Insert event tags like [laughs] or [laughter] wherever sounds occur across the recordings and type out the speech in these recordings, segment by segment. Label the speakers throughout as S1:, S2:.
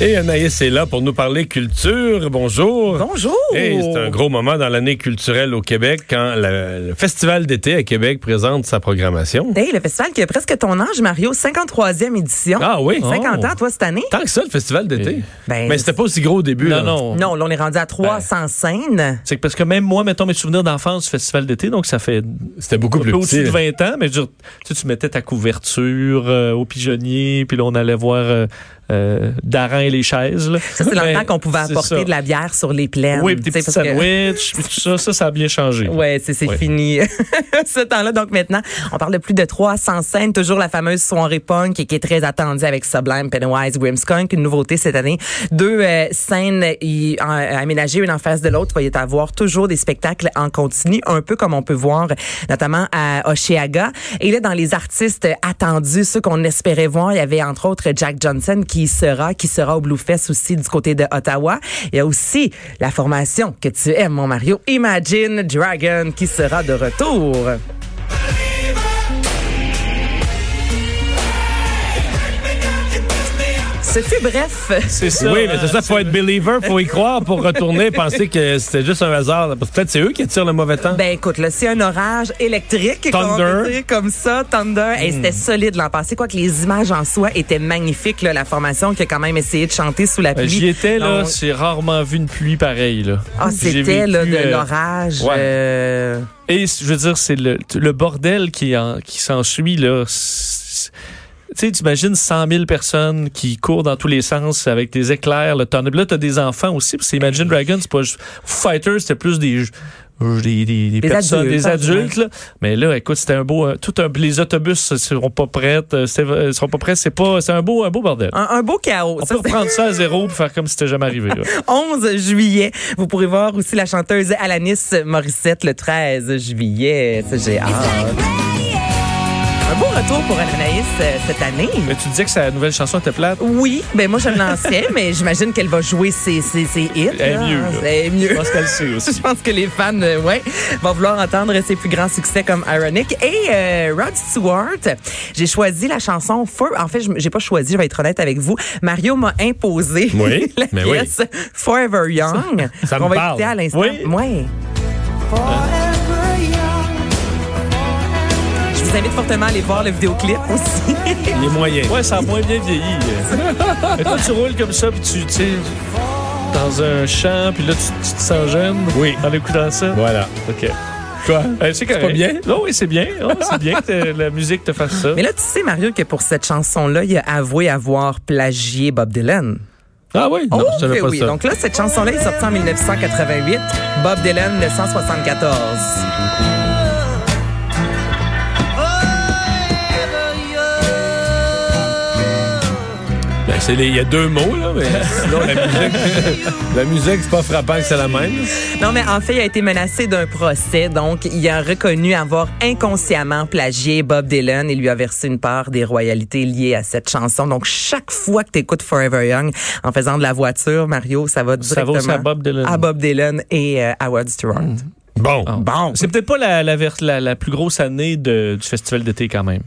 S1: Et Anaïs est là pour nous parler culture. Bonjour.
S2: Bonjour.
S1: Et c'est un gros moment dans l'année culturelle au Québec quand la- le festival d'été à Québec présente sa programmation.
S2: Hey, le festival qui a presque ton âge, Mario, 53e édition.
S1: Ah oui?
S2: 50
S1: Oh.
S2: ans, toi, cette année?
S1: Tant que ça, le festival d'été.
S2: Ben,
S1: Mais c'était pas aussi gros au début. là.
S3: Non, non.
S2: Non, là, on est rendu à 300
S3: Ben.
S2: scènes.
S3: C'est que parce que même moi, mettons mes souvenirs d'enfance du festival d'été, donc ça fait
S1: C'était beaucoup
S3: un
S1: plus
S3: peu au-dessus
S1: petit.
S3: de
S1: là.
S3: 20 ans, mais je veux dire, tu, sais, tu mettais ta couverture euh, au pigeonnier, puis là, on allait voir euh, euh, Darin et les chaises. là.
S2: Ça, c'est dans le
S3: Ben,
S2: temps qu'on pouvait
S3: c'est
S2: apporter
S3: ça.
S2: de la bière sur les plaines.
S3: Oui, puis des
S2: tu sais,
S3: petits
S2: parce que-
S3: sandwichs, puis tout ça, ça, ça a bien changé.
S2: Ouais, c'est c'est
S3: Ouais.
S2: fini. [laughs] ce temps-là, donc maintenant, on parle de plus de 300 scènes. Toujours la fameuse soirée punk qui qui est très attendue avec Sublime, Pennywise, Grimmskunk. Une nouveauté cette année. Deux euh, scènes y- en- aménagées une en face de l'autre. Il va y avoir toujours des spectacles en continu, un peu comme on peut voir notamment à Oshiaga. Et là, dans les artistes attendus, ceux qu'on espérait voir, il y avait entre autres Jack Johnson qui y sera, qui sera au Bluefest aussi du côté de Ottawa. Il y a aussi la formation que tu aimes, mon Mario, Imagine Dragon, qui sera de retour. Ce fut bref.
S3: C'est ça.
S1: Oui, mais c'est ça, faut être believer, faut y croire pour retourner, [laughs] penser que c'était juste un hasard. là. Parce que Peut-être c'est eux qui attirent le mauvais temps.
S2: Ben écoute, là, c'est un orage électrique comme on
S1: Thunder.
S2: peut dire, comme ça, Thunder.
S3: Hmm.
S2: Et c'était solide l'an passé, quoique les images en soi étaient magnifiques. Là, la formation qui a quand même essayé de chanter sous la
S3: Euh,
S2: pluie.
S3: J'y étais, là,
S2: Non.
S3: c'est rarement vu une pluie pareille, là.
S2: Ah,
S3: J'ai
S2: c'était là, de
S3: vécu, euh,
S2: l'orage.
S3: ouais.
S2: euh,
S3: Et je veux dire, c'est le, le bordel qui, en- qui s'ensuit, là. C'est- Tu sais, t'imagines 100 000 personnes qui courent dans tous les sens avec des éclairs, le tonnerre. Là, t'as des enfants aussi, parce que Imagine Dragons, c'est pas juste... Foo Fighters, c'était plus des... Des, des- des personnes,
S2: adultes,
S3: des
S2: hein,
S3: adultes. Là. Mais là, écoute, c'était un beau. euh, tout un, les autobus seront pas prêts. euh, c'est- euh, seront pas prêts. C'est pas. C'est un beau, un beau bordel.
S2: un, un beau chaos.
S3: On
S2: Ah, Ça,
S3: peut
S2: [laughs]
S3: reprendre ça à zéro pour faire comme si c'était jamais arrivé. là.
S2: 11 juillet. Vous pourrez voir aussi la chanteuse Alanis Morissette le 13 juillet. Ça, J'ai hâte. Un beau retour pour Alanis euh, cette année.
S3: Mais tu disais que sa nouvelle chanson était plate.
S2: Oui, ben moi je l'ancienne, [laughs] mais j'imagine qu'elle va jouer ses, ses, ses hits.
S3: Elle est
S2: là.
S3: mieux, là.
S2: Elle est
S3: Je
S2: mieux.
S3: pense qu'elle le sait aussi.
S2: [laughs] Je pense que les fans euh, ouais, vont vouloir entendre ses plus grands succès comme Ironic. Et euh, Rod Stewart, j'ai choisi la chanson For... En fait, je- j'ai pas choisi, je vais être honnête avec vous. Mario m'a imposé [laughs]
S1: Oui,
S2: la
S1: mais oui.
S2: pièce Forever Young.
S1: ça me
S2: On va
S1: parle.
S2: écouter à l'instant.
S3: Oui.
S2: Ouais. Je vous invite fortement à aller voir le vidéoclip aussi.
S1: Les moyens.
S3: Ouais, ça a moins bien
S1: [laughs]
S3: vieilli. Mais toi, tu roules comme ça, puis tu, tu sais, dans un champ, puis là, tu, tu te sens jeune.
S1: Oui.
S3: En écoutant ça.
S1: Voilà.
S3: OK.
S1: Quoi?
S3: Euh, c'est correct.
S1: pas bien?
S3: Non, oui, c'est bien. Oh, c'est bien que la musique te fasse ça.
S2: Mais là, tu sais, Mario, que pour cette chanson-là, il a avoué avoir plagié Bob Dylan. Oh,
S1: Ah oui? Non, je savais
S2: que
S1: pas
S2: oui.
S1: ça.
S2: Donc là, cette chanson-là est sortie en 1988. Bob Dylan, 1974.
S1: Ben, c'est les- il y a deux mots, là, mais sinon, la musique, [laughs] la musique, c'est pas frappant que c'est la même.
S2: Non, mais en fait, il a été menacé d'un procès. Donc, il a reconnu avoir inconsciemment plagié Bob Dylan et lui a versé une part des royalités liées à cette chanson. Donc, chaque fois que tu écoutes Forever Young en faisant de la voiture, Mario, ça va
S3: Ça va
S2: directement
S3: aussi à Bob Dylan. Hmm.
S2: à Bob Dylan et euh, à Rod Stewart.
S1: Bon.
S3: Ah.
S2: Bon.
S3: C'est peut-être pas la, la, vers- la, la plus grosse année de- du festival d'été, quand même.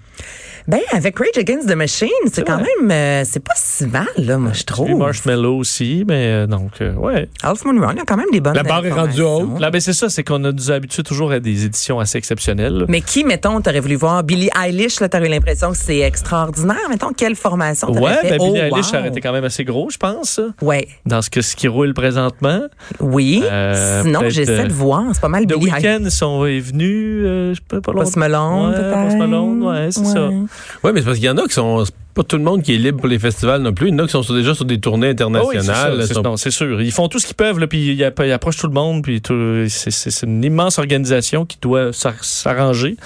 S2: Ben, avec Rage Against the Machine, c'est quand
S3: vrai. Ben,
S2: même, euh, c'est pas si mal, là, moi,
S1: Oh.
S2: je
S3: J'ai eu
S2: trouve.
S3: Marshmallow aussi, mais euh, donc, euh, ouais.
S2: Half Moon Run, il y a quand même des bonnes
S1: La barre est rendue
S2: informations.
S3: Là, ben, c'est ça, c'est qu'on a nous habitués toujours à des éditions assez exceptionnelles.
S2: Mais qui, mettons, t'aurais voulu voir? Billie Eilish, là, t'aurais eu l'impression que c'est extraordinaire. Mettons, quelle formation t'aurais
S3: Ouais,
S2: fait?
S3: ben, Billie
S2: Oh,
S3: Eilish,
S2: wow.
S3: ça aurait été quand même assez gros, je pense, hein,
S2: Ouais,
S3: dans ce, que, ce qui roule présentement.
S2: oui.
S3: Euh,
S2: Sinon,
S3: peut-être,
S2: j'essaie
S3: euh,
S2: de voir. C'est pas mal
S3: Le
S2: Billie Eilish.
S3: week-end, ils sont est venu, euh, je sais pas, pas longtemps.
S2: Post Malone,
S3: Ouais,
S2: peut-être.
S3: Post Malone, ouais, c'est ça.
S1: Oui, mais c'est parce qu'il y en a qui sont. c'est Pas tout le monde qui est libre pour les festivals non plus. Il y en a qui sont sur- déjà sur des tournées
S3: Ah oui, c'est ça,
S1: internationales.
S3: c'est-
S1: sont-
S3: non, c'est sûr. Ils font tout ce qu'ils peuvent, là, puis ils, app- ils approchent tout le monde, puis tout- c'est- c'est c'est une immense organisation qui doit s'ar- s'arranger.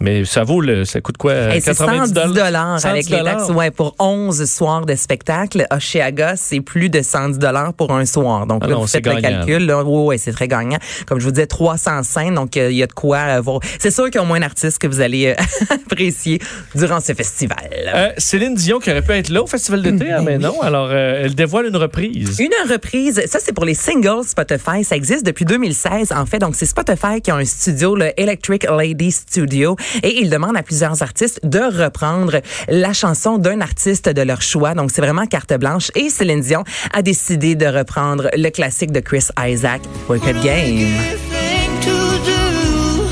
S3: Mais ça vaut le. Ça coûte quoi?
S2: Hey, c'est
S3: 90
S2: 110 dollars
S3: 110
S2: avec les taxes. Ouais, pour 11 soirs de spectacle, Oshéaga, c'est plus de 110 dollars pour un soir. Donc,
S3: Ah
S2: là,
S3: non,
S2: vous
S3: c'est
S2: faites le
S3: gagnant.
S2: calcul. Là. Ouais, ouais, c'est très gagnant. Comme je vous disais, 300 scènes. Donc, euh, il y a de quoi euh, voir. C'est sûr qu'il y a au moins un artiste que vous allez euh, [laughs] apprécier durant ce festival.
S3: Euh, Céline Dion qui aurait pu être là au Festival
S2: Mm,
S3: d'été, hein, mais
S2: ben
S3: non. Alors, euh, elle dévoile une reprise.
S2: Une reprise, ça c'est pour les singles Spotify, ça existe depuis 2016 en fait. Donc c'est Spotify qui a un studio, le Electric Lady Studio, et il demande à plusieurs artistes de reprendre la chanson d'un artiste de leur choix. Donc c'est vraiment carte blanche et Céline Dion a décidé de reprendre le classique de Chris Isaac, Wake Up Game.
S4: Everything to do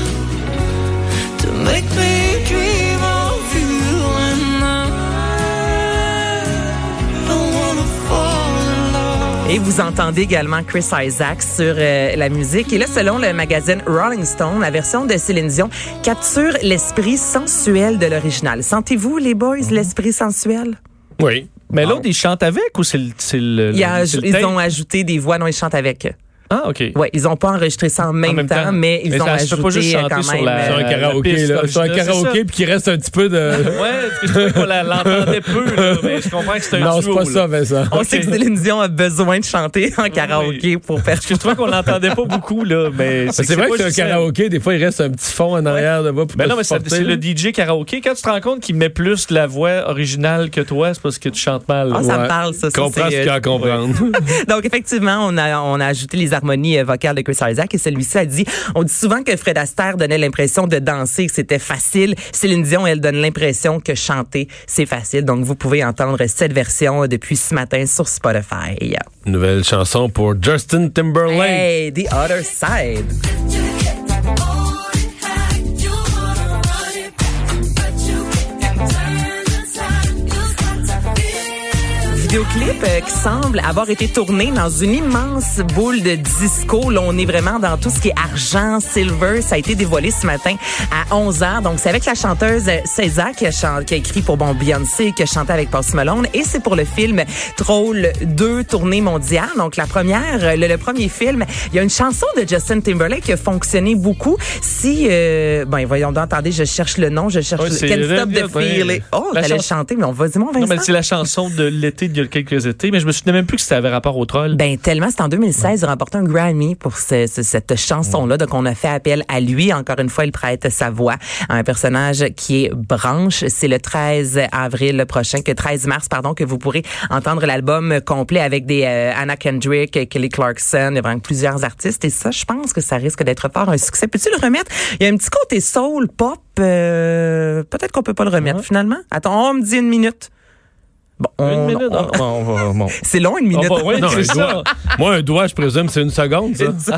S4: to make me dream of you, and I don't wanna fall in love.
S2: Et vous entendez également Chris Isaac sur euh, la musique. Et là, selon le magazine Rolling Stone, la version de Céline Dion capture l'esprit sensuel de l'original. Sentez-vous, les boys, l'esprit sensuel?
S1: Oui.
S3: Mais l'autre, il chante avec ou c'est le. c'est le-
S2: Il y a-
S3: c'est le
S2: ils
S3: tape?
S2: ont ajouté des voix, non, ils chantent avec.
S3: Ah, OK.
S2: Ouais, ils ont pas enregistré ça en même,
S3: En même
S2: temps,
S3: temps.
S2: mais ils
S3: Mais
S2: ont
S3: ça se
S2: ajouté
S3: fait pas juste
S2: quand
S3: chanter
S2: même.
S3: sur la-
S1: Sur
S2: euh,
S1: un
S3: la
S1: karaoké,
S3: piste
S1: là. Sur un
S3: originale, c'est
S1: karaoké,
S3: ça.
S1: puis qui reste un petit peu de.
S3: Ouais, parce que je trouvais qu'on la- l'entendait peu, là, mais je comprends que [laughs] c'est un
S1: Non, c'est
S3: duo.
S1: pas
S3: là.
S1: ça, Vincent.
S2: on sait que Céline Dion a besoin de chanter en karaoké pour
S3: [laughs]
S2: faire
S3: Parce que je trouvais qu'on l'entendait pas beaucoup, là, mais
S1: Ben, C'est vrai
S3: pas
S1: que c'est un
S3: juste elle.
S1: karaoké, des fois, il reste un petit fond en arrière de voix pour
S3: Mais
S1: te
S3: non, mais c'est
S1: supporter,
S3: c'est
S1: là.
S3: le DJ karaoké. Quand tu te rends compte qu'il met plus la voix originale que toi, c'est parce que tu chantes mal.
S2: Ah, ça me parle, ça. ça,
S1: Comprends ce
S2: c'est, euh,
S1: qu'il y a
S3: euh,
S1: à comprendre.
S2: Donc, effectivement, on a, on a ajouté les harmonies euh, vocales de Chris Isaac et celui-ci a dit, on dit souvent que Fred Astaire donnait l'impression de danser, que c'était facile. Céline Dion, elle donne l'impression que chanter, c'est facile. Donc, vous pouvez entendre cette version euh, depuis ce matin sur Spotify.
S1: [laughs] Nouvelle chanson pour Justin Timberlake.
S2: Hey, The Other Side. Vidéoclip euh, qui semble avoir été tourné dans une immense boule de disco. Là, on est vraiment dans tout ce qui est argent, silver. Ça a été dévoilé ce matin à 11h. Donc, c'est avec la chanteuse euh, César qui a, chan- qui a écrit pour bon Beyoncé, qui a chanté avec Post Malone. Et c'est pour le film Troll 2, tournée mondiale. Donc, la première, euh, le, le premier film, il y a une chanson de Justin Timberlake qui a fonctionné beaucoup. Si, euh, ben, voyons, donc, attendez, je cherche le nom, je cherche
S3: Ouais,
S2: le...
S3: c'est-
S2: Can't Stop the Feeling. Oh,
S3: La
S2: t'allais le
S3: chanson-
S2: chanter, mais on va dire, mon
S3: Non,
S2: Vincent.
S3: mais c'est la chanson de l'été d'il y a quelques étés, mais je me souvenais même plus que ça avait rapport au troll.
S2: Ben tellement, c'est en 2016, il a remporté un Grammy pour ce- ce- cette chanson-là. Donc, on a fait appel à lui. Encore une fois, il prête sa voix à un personnage qui est Branche. C'est le 13 avril prochain, que 13 mars, pardon, que vous pourrez entendre l'album complet avec des euh, Anna Kendrick, Kelly Clarkson, il y a vraiment plusieurs artistes. Et ça, je pense que ça risque d'être fort un succès. Peux-tu le remettre? Il y a un petit côté soul, pop. euh, Peut-être qu'on peut pas le remettre, finalement. Attends, on me dit une minute. Bon,
S3: Une
S2: on-
S3: minute.
S2: on-
S3: ah, bon, on va- bon.
S2: c'est long, une
S3: On
S2: minute.
S3: va- ouais,
S1: [laughs] Non,
S3: c'est
S1: un
S3: ça.
S1: doigt. Moi, un doigt, je présume, c'est une seconde, ça.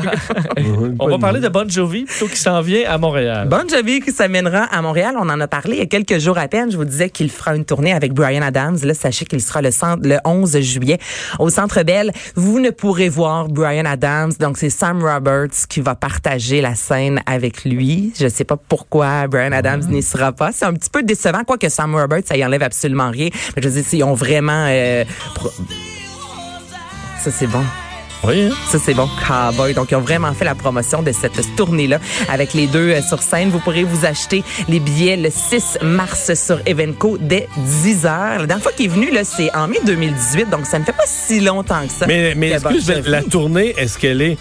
S1: [laughs]
S3: On va parler de Bon Jovi plutôt qui s'en vient à Montréal.
S2: Bon Jovi qui s'amènera à Montréal. On en a parlé il y a quelques jours à peine. Je vous disais qu'il fera une tournée avec Brian Adams. Là, sachez qu'il sera le, centre, le 11 juillet au Centre Bell. Vous ne pourrez voir Brian Adams. Donc, c'est Sam Roberts qui va partager la scène avec lui. Je sais pas pourquoi Brian Adams n'y sera pas. C'est un petit peu décevant, quoique Sam Roberts, ça y enlève absolument rien. Mais je veux dire, ils ont vraiment... euh, pro- Ça, c'est bon.
S3: Oui, hein?
S2: Ça, c'est bon, Cowboy. Donc, ils ont vraiment fait la promotion de cette tournée-là avec les deux euh, sur scène. Vous pourrez vous acheter les billets le 6 mars sur Evenco dès 10 heures. La dernière fois qu'il est venu, là, c'est en mai 2018. Donc, ça ne fait pas si longtemps que ça.
S1: [laughs] Mais, mais
S2: Que
S1: excuse,
S2: Bon
S1: mais la
S2: Jovi.
S1: tournée, est-ce qu'elle est.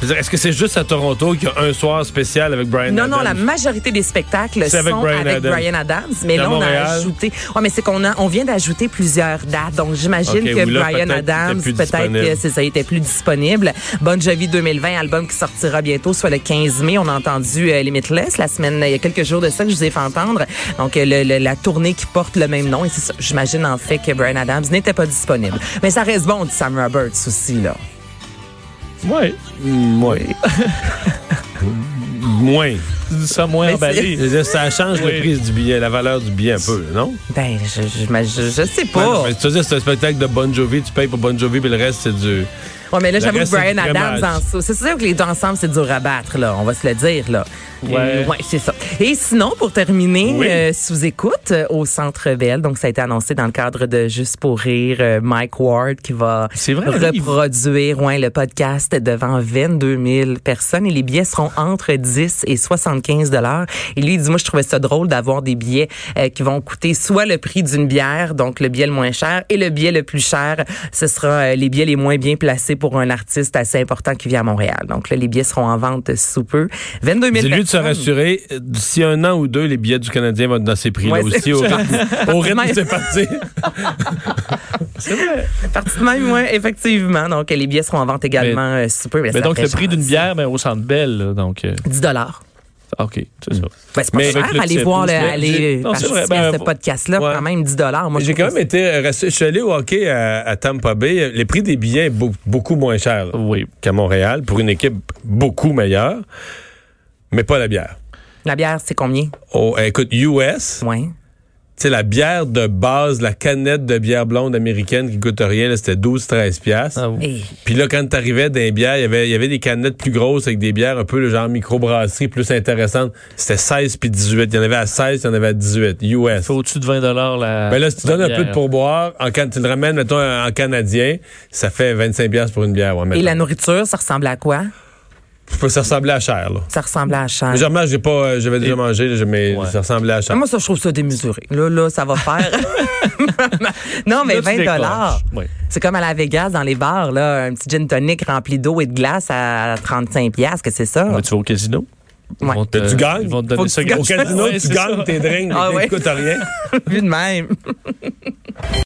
S1: je veux dire, Est-ce que c'est juste à Toronto qu'il y a un soir spécial avec Brian
S2: Non, non,
S1: Adams?
S2: la majorité des spectacles
S1: C'est
S2: sont
S1: avec
S2: avec
S1: Bryan
S2: Brian,
S1: Adams.
S2: Adams. mais
S1: À
S2: là, on a
S1: Montréal.
S2: ajouté. Ouais, mais c'est qu'on a, on vient d'ajouter plusieurs dates. Donc, j'imagine
S1: Ok,
S2: que
S1: oui, là,
S2: Brian
S1: peut-être qu'il était
S2: Adams,
S1: plus
S2: peut-être
S1: disponible.
S2: que c'est ça, il était plus disponible. Bon Jovi 2020, album qui sortira bientôt, soit le 15 mai. On a entendu euh, Limitless la semaine, il y a quelques jours de ça que je vous ai fait entendre. Donc, euh, le- le- la tournée qui porte le même nom. Et c'est ça, j'imagine en fait que Brian Adams n'était pas disponible. Mais ça reste bon, dit Sam Roberts aussi, là.
S3: Ouais.
S1: Mm, ouais. Moins.
S3: Tu dis ça moins
S2: Mais
S1: Je
S3: emballé.
S1: veux dire, Ça change le
S3: Oui.
S1: prix du billet, la valeur du billet un peu, non?
S2: Ben, je, je, je- je sais
S1: Ouais, Ben non,
S2: pas.
S1: mais tu veux dire, c'est un spectacle de Bon Jovi, tu payes pour Bon Jovi, mais le reste, c'est du.
S2: Ouais, mais là,
S1: Le
S2: j'avoue que
S1: reste, c'est
S2: Brian
S1: du
S2: Adams,
S1: dommage.
S2: en dessous. c'est sûr que les deux ensemble, c'est dur à battre, là. On va se le dire, là.
S3: Ouais.
S2: Et, ouais, c'est ça. Et sinon, pour terminer,
S1: Oui.
S2: euh, sous-écoute euh, au Centre Bell. Donc, ça a été annoncé dans le cadre de Juste pour rire, euh, Mike Ward qui va
S3: C'est vrai, lui, il-
S2: reproduire ouais, le podcast devant 22 000 personnes. Et les billets seront sont entre 10 et 75 dollars. Et lui, il dit, moi, je trouvais ça drôle d'avoir des billets euh, qui vont coûter soit le prix d'une bière, donc le billet le moins cher, et le billet le plus cher, ce sera euh, les billets les moins bien placés pour un artiste assez important qui vient à Montréal. Donc là, les billets seront en vente sous peu. 22 000
S1: Dis-lui de se
S2: personnes.
S1: rassurer, euh, d'ici un an ou deux, les billets du Canadien vont être dans ces prix-là
S2: Ouais,
S1: aussi,
S2: c'est-
S1: au
S2: je- [laughs]
S1: rythme, au rythme où c'est parti.
S2: Partie de même, ouais, effectivement. Donc les billets seront en vente également euh, sous peu. Mais,
S3: Mais
S2: ça
S3: donc,
S2: fait
S3: le prix
S2: cher.
S3: d'une bière, mais au centre belle, là, donc. euh,
S2: 10 dollars.
S3: Ah, OK, c'est ça.
S1: Mm.
S2: Ben, c'est pas
S3: Mais avec
S2: cher.
S3: le
S2: Allez
S3: petit
S2: voir, le,
S3: pouce, mais-
S2: allez
S3: Non, c'est
S2: participer
S3: vrai. Ben,
S2: à ce
S3: bon.
S2: podcast-là,
S1: Ouais.
S2: quand même 10 dollars. Moi, je
S1: J'ai
S2: trouve
S1: quand même été resté. Je suis allé au hockey à, à Tampa Bay. Les prix des billets beau- beaucoup moins chers là,
S3: Oui.
S1: qu'à Montréal pour une équipe beaucoup meilleure, mais pas la bière.
S2: ça- La bière, c'est combien?
S1: Oh, écoute, US,
S2: Ouais.
S1: c'est la bière de base, la canette de bière blonde américaine qui coûte rien, là, c'était 12-13 piastres.
S3: Ah, oui.
S2: Et-
S1: Puis là, quand t'arrivais dans les bières, il y avait- il y avait des canettes plus grosses avec des bières un peu le genre microbrasserie plus intéressantes. C'était 16 puis 18. Il y en avait à 16, il y en avait à 18. US.
S3: Faut au-dessus de 20 la.
S1: Ben là, si tu
S3: la
S1: donnes un peu de
S3: bière.
S1: pourboire, en, quand tu le ramènes, mettons, en canadien, ça fait 25 piastres pour une bière. Ouais,
S2: Et
S1: mettons.
S2: la nourriture, ça ressemble à quoi?
S1: Ça ressemblait à cher, là.
S2: Ça ressemble à la chair.
S1: Légèrement, j'ai pas, euh, j'avais déjà mangé, là, mais
S3: Ouais.
S1: ça ressemblait à cher.
S2: Moi, ça, je trouve ça démesuré. Là, là, ça va
S3: [laughs]
S2: faire. [laughs] non, mais
S3: Là, tu
S2: 20 dollars.
S3: décroches. Oui.
S2: C'est comme à la Vegas, dans les bars, là, un petit gin tonic rempli d'eau et de glace à 35 piastres, que c'est ça?
S3: Mais tu vas au casino. Ils
S2: Ouais.
S3: vont te-
S1: Tu gagnes.
S3: euh, Ils vont te
S1: Faut
S3: donner
S1: que
S3: ça
S1: tu gagnes. Au
S3: gratuitement.
S1: casino,
S3: Ouais,
S1: tu
S3: c'est ça.
S1: gagnes tes drinks,
S2: Ah
S1: mais
S2: ouais.
S1: t'écoutes rien.
S2: Vu de même.